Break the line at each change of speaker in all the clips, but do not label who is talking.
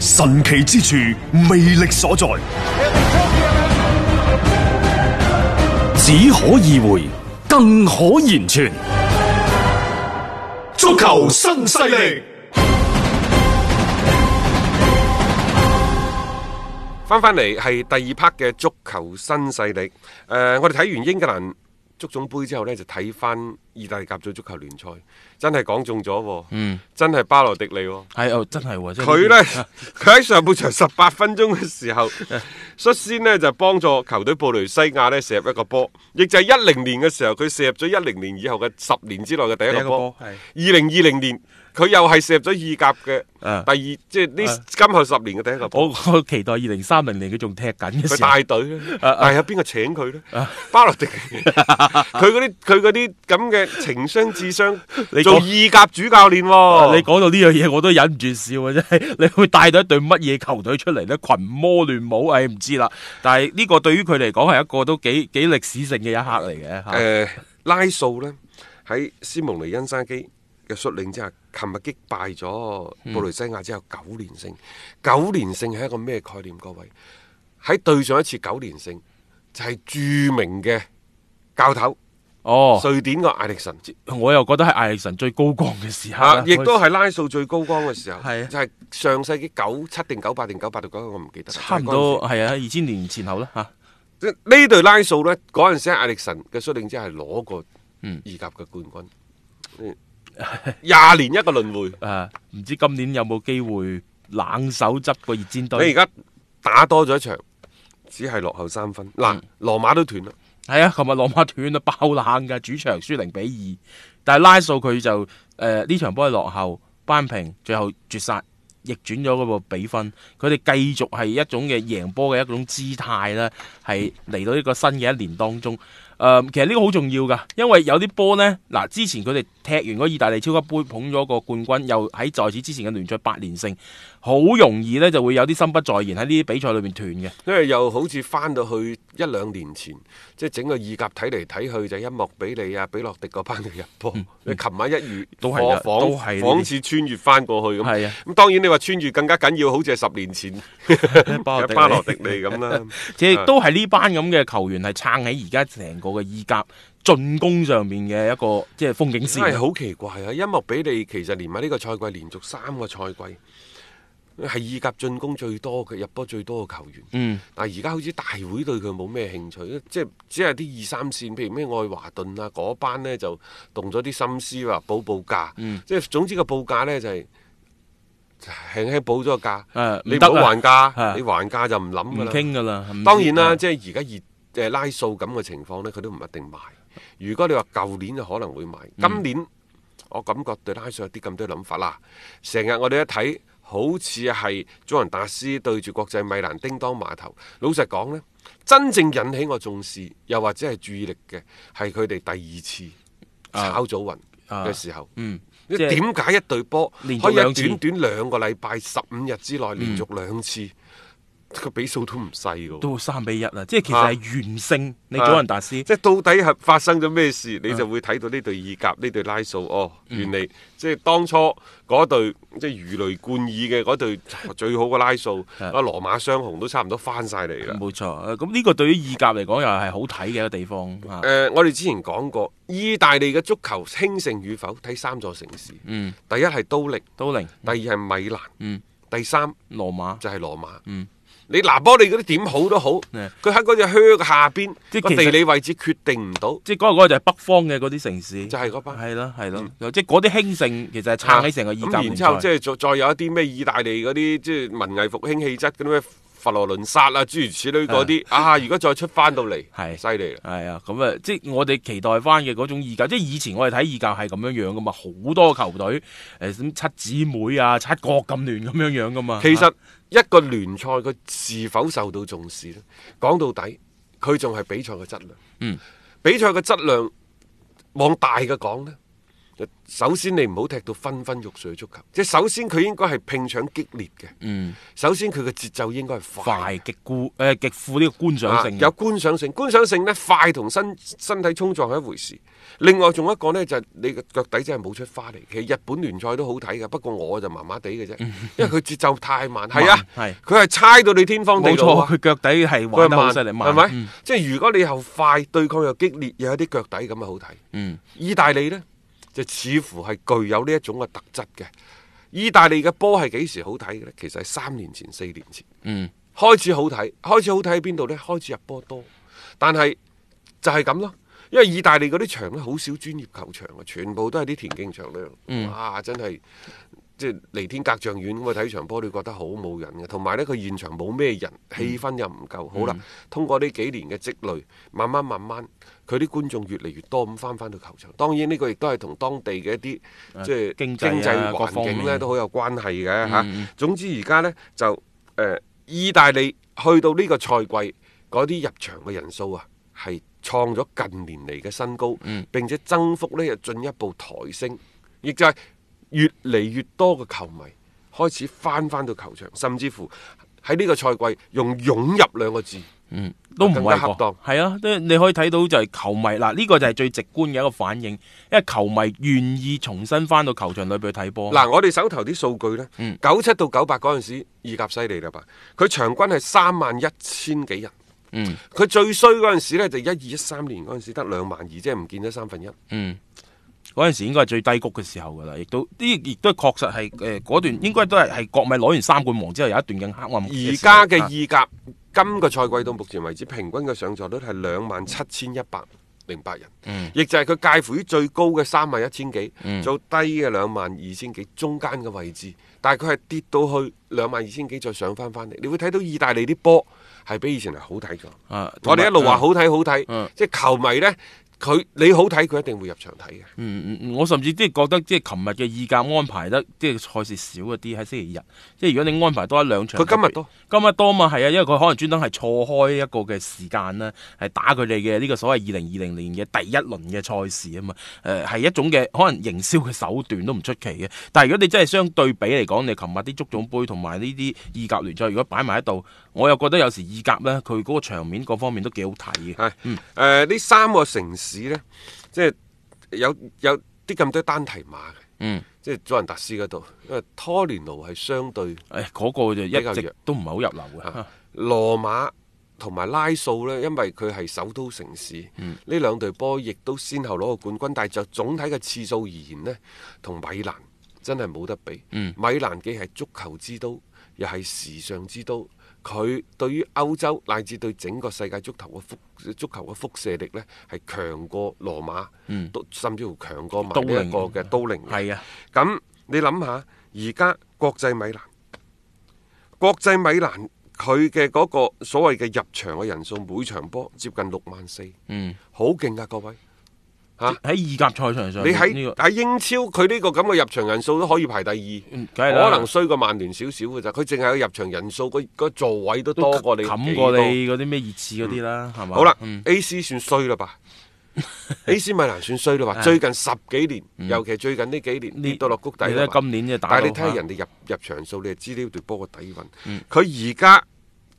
神奇之處，魅力所在，
只可意會，更可言傳。
足球新勢力，
翻翻嚟係第二 part 嘅足球新勢力。誒、我哋睇完英格蘭足總杯之後呢，就睇翻意大利甲組足球聯賽，真係講中咗喎。嗯，真係巴羅迪利喎。
係哦，真係喎，真係
佢呢，佢喺上半場十八分鐘嘅 時候，率先呢就幫助球隊布雷西亞呢射入一個波，亦就係一零年嘅時候，佢射入咗一零年以後嘅十年之內嘅第一
第一
個
個
波
波。
二
係
零二零年佢又係射入咗意甲嘅第
啊
二，即係呢今後十年嘅第一個波。
我我期待二零三零年佢仲踢緊嘅
佢
時候，
帶隊咧，但係有邊個請佢咧？巴洛迪，佢嗰啲佢嗰啲咁嘅情商智商
你，講
做意甲主教練喎。
你講到呢樣嘢我都忍唔住笑啊！真係， 你會帶到一隊乜嘢球隊出嚟呢？群魔亂舞，哎唉，唔知啦。但係呢個對於佢嚟講係一個都幾幾歷史性嘅一刻嚟嘅嚇。
誒拉素呢，喺斯蒙尼恩沙基嘅率領之下，琴日擊敗咗布雷西亞之後九連勝。九連勝係一個咩概念？各位喺對上一次九連勝就係著名嘅教頭
哦，
瑞典個艾力神。
我又覺得係艾力神最高光嘅時刻
啊
啦，
亦都係拉數最高光嘅時候，
係啊
就係上世紀九七定九八定九八定九九，我唔記得啦。
差唔多係啊，二千年前後啦嚇。
即係呢隊拉數呢，嗰陣時喺艾力神嘅率領之下係攞過意甲嘅冠軍。嗯廿年一個輪 迴，
誒，啊唔知今年有冇機會冷手執個熱煎
你而
堆？
家打多咗一場，只係落後三分。嗱，羅馬都斷啦，
係啊，琴日羅馬斷啊，爆冷㗎，主場輸零比二，但係拉素佢就誒呃呢、場波係落後扳平，最後絕殺。逆轉咗嗰個比分，佢哋繼續係一種嘅贏波嘅一種姿態啦，係嚟到呢個新嘅一年當中。誒、呃其實呢個好重要㗎，因為有啲波呢，嗱，之前佢哋踢完嗰意大利超級杯捧咗個冠軍，又喺在此之前嘅聯賽八連勝，好容易呢就會有啲心不在焉喺呢啲比賽裏面斷嘅。
因為又好似翻到去一兩年前，即係整個意甲睇嚟睇去就係一莫比利啊、比洛迪嗰班嘅入波。你琴晚一遇，
嗯都係啦
仿
都
仿
係呢啲
仿似穿越翻過去咁。
係啊
咁當然你話穿越更加緊要，好似係十年 前
巴洛迪利
巴羅迪利咁啦。
即
啊
係都係呢班咁嘅球員係撐起而家成個嘅意甲進攻上面嘅一個即係風景
真係
線。
好奇怪啊！音樂比利其實連埋呢個賽季連續三個賽季係意甲進攻最多嘅入波最多嘅球員。
嗯，
但係而家好似大會對佢冇咩興趣，即係只係啲二三線，譬如咩愛華頓啊嗰班呢，就動咗啲心思話報報價。
嗯
即係總之個報價呢，就係、輕輕報咗個價，
誒
你
唔
唔好
得啊
還價，
係
你還價就唔諗
唔
㗎啦。
傾噶啦。唔
當然啦，
知，啊
即係而家熱誒拉數咁嘅情況呢，佢都唔一定賣。如果你話舊年就可能會賣，
嗯
今年我感覺對拉數有啲咁多諗法啦。成日我哋一睇，好似係祖雲達斯對住國際米蘭叮當碼頭。老實講呢，真正引起我重視，又或者係注意力嘅，係佢哋第二次炒祖雲嘅時候。
啊嗯，
你
即係
點解一隊波可以
連續
喺
兩次
短短兩個禮拜十五日之內連續兩次？個比數都唔細㗎喎。
都三比一啦，即係其實係完勝你祖雲達斯。
啊即係到底係發生咗咩事，
嗯
你就會睇到呢隊意甲呢隊拉數哦。原嚟即係當初嗰隊即係如雷貫耳嘅嗰隊最好嘅拉數，
嗯
啊羅馬雙雄都差唔多翻晒嚟啦。
冇錯，誒啊咁呢個對於意甲嚟講又係好睇嘅一個地方啊嚇
誒、。我哋之前講過，意大利嘅足球興盛與否睇三座城市。
嗯，
第一係都靈，
都靈、
第二係米蘭，
嗯
第三
羅馬，
就係羅馬。
嗯
你拿波利嗰啲點好都好，
嗯
佢喺嗰只靴嘅下邊
即係
個
其實
地理位置決定唔到，
即係嗰個就係北方嘅嗰啲城市。
就係嗰班。
係啦，係啦，即係嗰啲興盛其實係撐起成個意
咁
甲
然
聯
之後，即
賽。
係再再有一啲咩意大利嗰啲即係文藝復興氣質嗰啲咩佛羅倫薩啊，諸如此類嗰啲啊，如果再出翻到嚟，
係
犀利啦。
係啊，咁啊，即係我哋期待翻嘅嗰種意甲，即係以前我哋睇意甲係咁樣樣噶嘛，好多球隊誒咁七姊妹啊、七國咁亂咁樣樣噶嘛。
其實一個聯賽佢是否受到重視呢？講到底，佢仲係比賽嘅質量。
嗯，
比賽嘅質量往大嘅講呢，首先你唔好踢到昏昏欲睡嘅足球，即係首先佢應該係拼搶激烈嘅。
嗯，
首先佢嘅節奏應該係快嘅。
快極固誒極富呢個觀賞性
啊
嘅，
有觀賞性。觀賞性呢，快同身身體衝撞係一回事。另外仲有一個呢，就係、你個腳底真係冇出花嚟。其實日本聯賽都好睇嘅，不過我就麻麻地 嘅啫，因為佢節奏太慢。係啊，
慢係
佢係猜到你天荒地
冇
老
錯，
啊
佢腳底係
佢係
玩得好
慢，
犀利，
係
慢
咪？
嗯
即係如果你又快，對抗又激烈，又有啲腳底咁啊，好睇。
嗯
意大利呢，就似乎係具有呢一種嘅特質嘅。意大利嘅波係幾時好睇嘅呢？其實係三年前、四年前。
嗯，
開始好睇，開始好睇喺邊度呢？開始入波多，但係就係咁咯。因為意大利嗰啲場咧好少專業球場啊，全部都係啲田徑場咧。
嗯
哇！真係即係離天隔丈遠咁啊！睇場波你覺得好冇癮嘅，同埋呢，佢現場冇咩人，氣氛又唔夠。
嗯
好啦，通過呢幾年嘅積累，慢慢慢慢，佢啲觀眾越嚟越多咁翻翻到球場。當然呢個亦都係同當地嘅一啲即係
經濟啊
經濟
各方
環境
面
呢都好有關係嘅嚇。總之而家呢，就誒、呃意大利去到呢個賽季嗰啲入場嘅人數啊，係創咗近年嚟嘅新高，並且增幅呢又進一步抬升，亦就係越嚟越多嘅球迷開始翻翻到球場，甚至乎喺呢個賽季用湧入兩個字。
都唔
啊更
為
加恰
過
當，
係啊，都你可以睇到就係球迷嗱，呢、個就係最直觀嘅一個反應，因為球迷願意重新翻到球場裏邊去睇波。
嗱，我哋手頭啲數據呢，
哦嗯
九七到九八嗰陣時，意甲犀利啦吧？佢場均係三萬一千幾人。
嗯
佢最衰嗰陣時咧，就一二一三年嗰陣時得兩萬二，即係唔見咗三分一。
嗯，嗰陣時應該係最低谷嘅時候㗎啦，亦都呢，亦都確實係誒嗰段應該都係係國米攞完三冠王之後有一段更黑暗嘅時
而
候。
家嘅
啊
意甲，今個賽季到目前為止，平均嘅上座率係兩萬七千一百零八人，
嗯
亦就係佢介乎於最高嘅三萬一千幾，做低嘅兩萬二千幾，中間嘅位置，但係佢係跌到去兩萬二千幾再上翻翻嚟，你會睇到意大利啲波係比以前係好睇咗。
啊
我哋一路話
啊
好睇好睇，
嗯
即係球迷呢，佢你好睇，佢一定會入場睇嘅。
嗯嗯嗯，我甚至即係覺得即係琴日嘅意甲安排得即係賽事少一啲喺星期日，即係如果你安排多一兩場，
佢今日多。
今日多嘛係啊，因為佢可能專登係錯開一個嘅時間啦，係打佢哋嘅呢個所謂二零二零年嘅第一輪嘅賽事啊嘛，誒、係一種嘅可能營銷嘅手段都唔出奇嘅。但係如果你真係相對比嚟講，你琴日啲足總杯同埋呢啲意甲聯賽，如果擺埋喺度，我又覺得有時意甲呢，佢嗰個場面各方面都幾好睇嘅。
係，誒呢、三個城市呢，即係有有啲咁多單蹄馬嘅，
嗯，
即係祖雲達斯嗰度，因為拖連奴係相對
誒嗰、個就
比較
一
弱
直都唔係好入流嘅。
啊，羅馬同埋拉素呢，因為佢係首都城市，呢、兩隊波亦都先後攞過冠軍，但係就總體嘅次數而言呢，同米蘭真係冇得比。米蘭既係足球之都，又係時尚之都。佢對於歐洲乃至對整個世界足球嘅輻足球嘅輻射力呢，係強過羅馬，都甚至乎強過埋呢一個嘅嗯都靈嘅。
係啊，
咁你諗下，而家國際米蘭，國際米蘭佢嘅嗰個所謂嘅入場嘅人數，每場波接近六萬四，
嗯，
好勁噶各位嚇！
喺意甲賽場上
啊你
面嗯呢個，
喺喺英超佢呢個咁嘅入場人數都可以排第二
嗯，梗係啦
可能衰過曼聯少少嘅咋，佢淨係個入場人數個個座位都
都
多過你
冚
幾
過
多
你嗰啲咩熱刺嗰啲啦，係嘛？
好啦
嗯
，A C 算衰啦 吧？A C 米蘭算衰啦吧？最近十幾年，尤其最近呢幾年跌到落谷底
嗯你
啦
睇
吧。
今年就打
但
到啊嗯
係你睇下
嚇
人哋入入場數，你就知呢隊波嘅底蕴。佢而家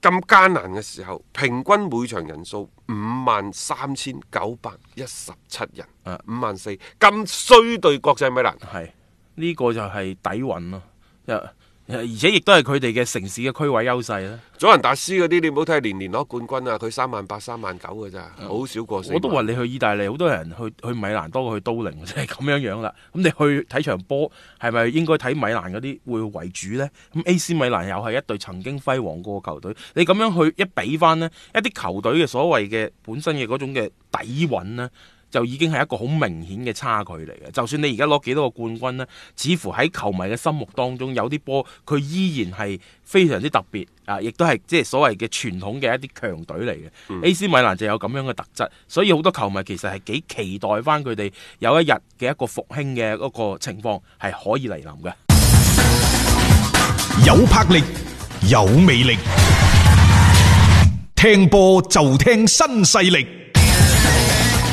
咁艱難嘅時候，平均每場人數五萬三千九百一十七人
啊，
五萬四咁衰對國際米蘭。
係呢、個就係底韻咯，又而且亦都係佢哋嘅城市嘅區位優勢啦。
祖雲達斯嗰啲，你唔好睇，年年攞冠軍啊！佢三萬八、三萬九嘅
啊
咋，好少過四萬。
我都話你去意大利，好多人去去米蘭多過去都靈，就係咁樣樣啦。咁你去睇場波，係咪應該睇米蘭嗰啲會為主呢？咁 AC 米蘭又係一隊曾經輝煌過嘅球隊，你咁樣去一比翻呢，一啲球隊嘅所謂嘅本身嘅嗰種嘅底韻呢，就已經係一個好明顯嘅差距嚟嘅。就算你而家攞幾多個冠軍呢，似乎喺球迷嘅心目當中，有啲波佢依然係非常之特別啊，亦都係即係所謂嘅傳統嘅一啲強隊嚟嘅。AC 米蘭就有咁樣嘅特質，所以好多球迷其實係幾期待翻佢哋有一日嘅一個復興嘅一個情況係可以嚟臨嘅。
有魄力，有魅力，聽波就聽新勢力。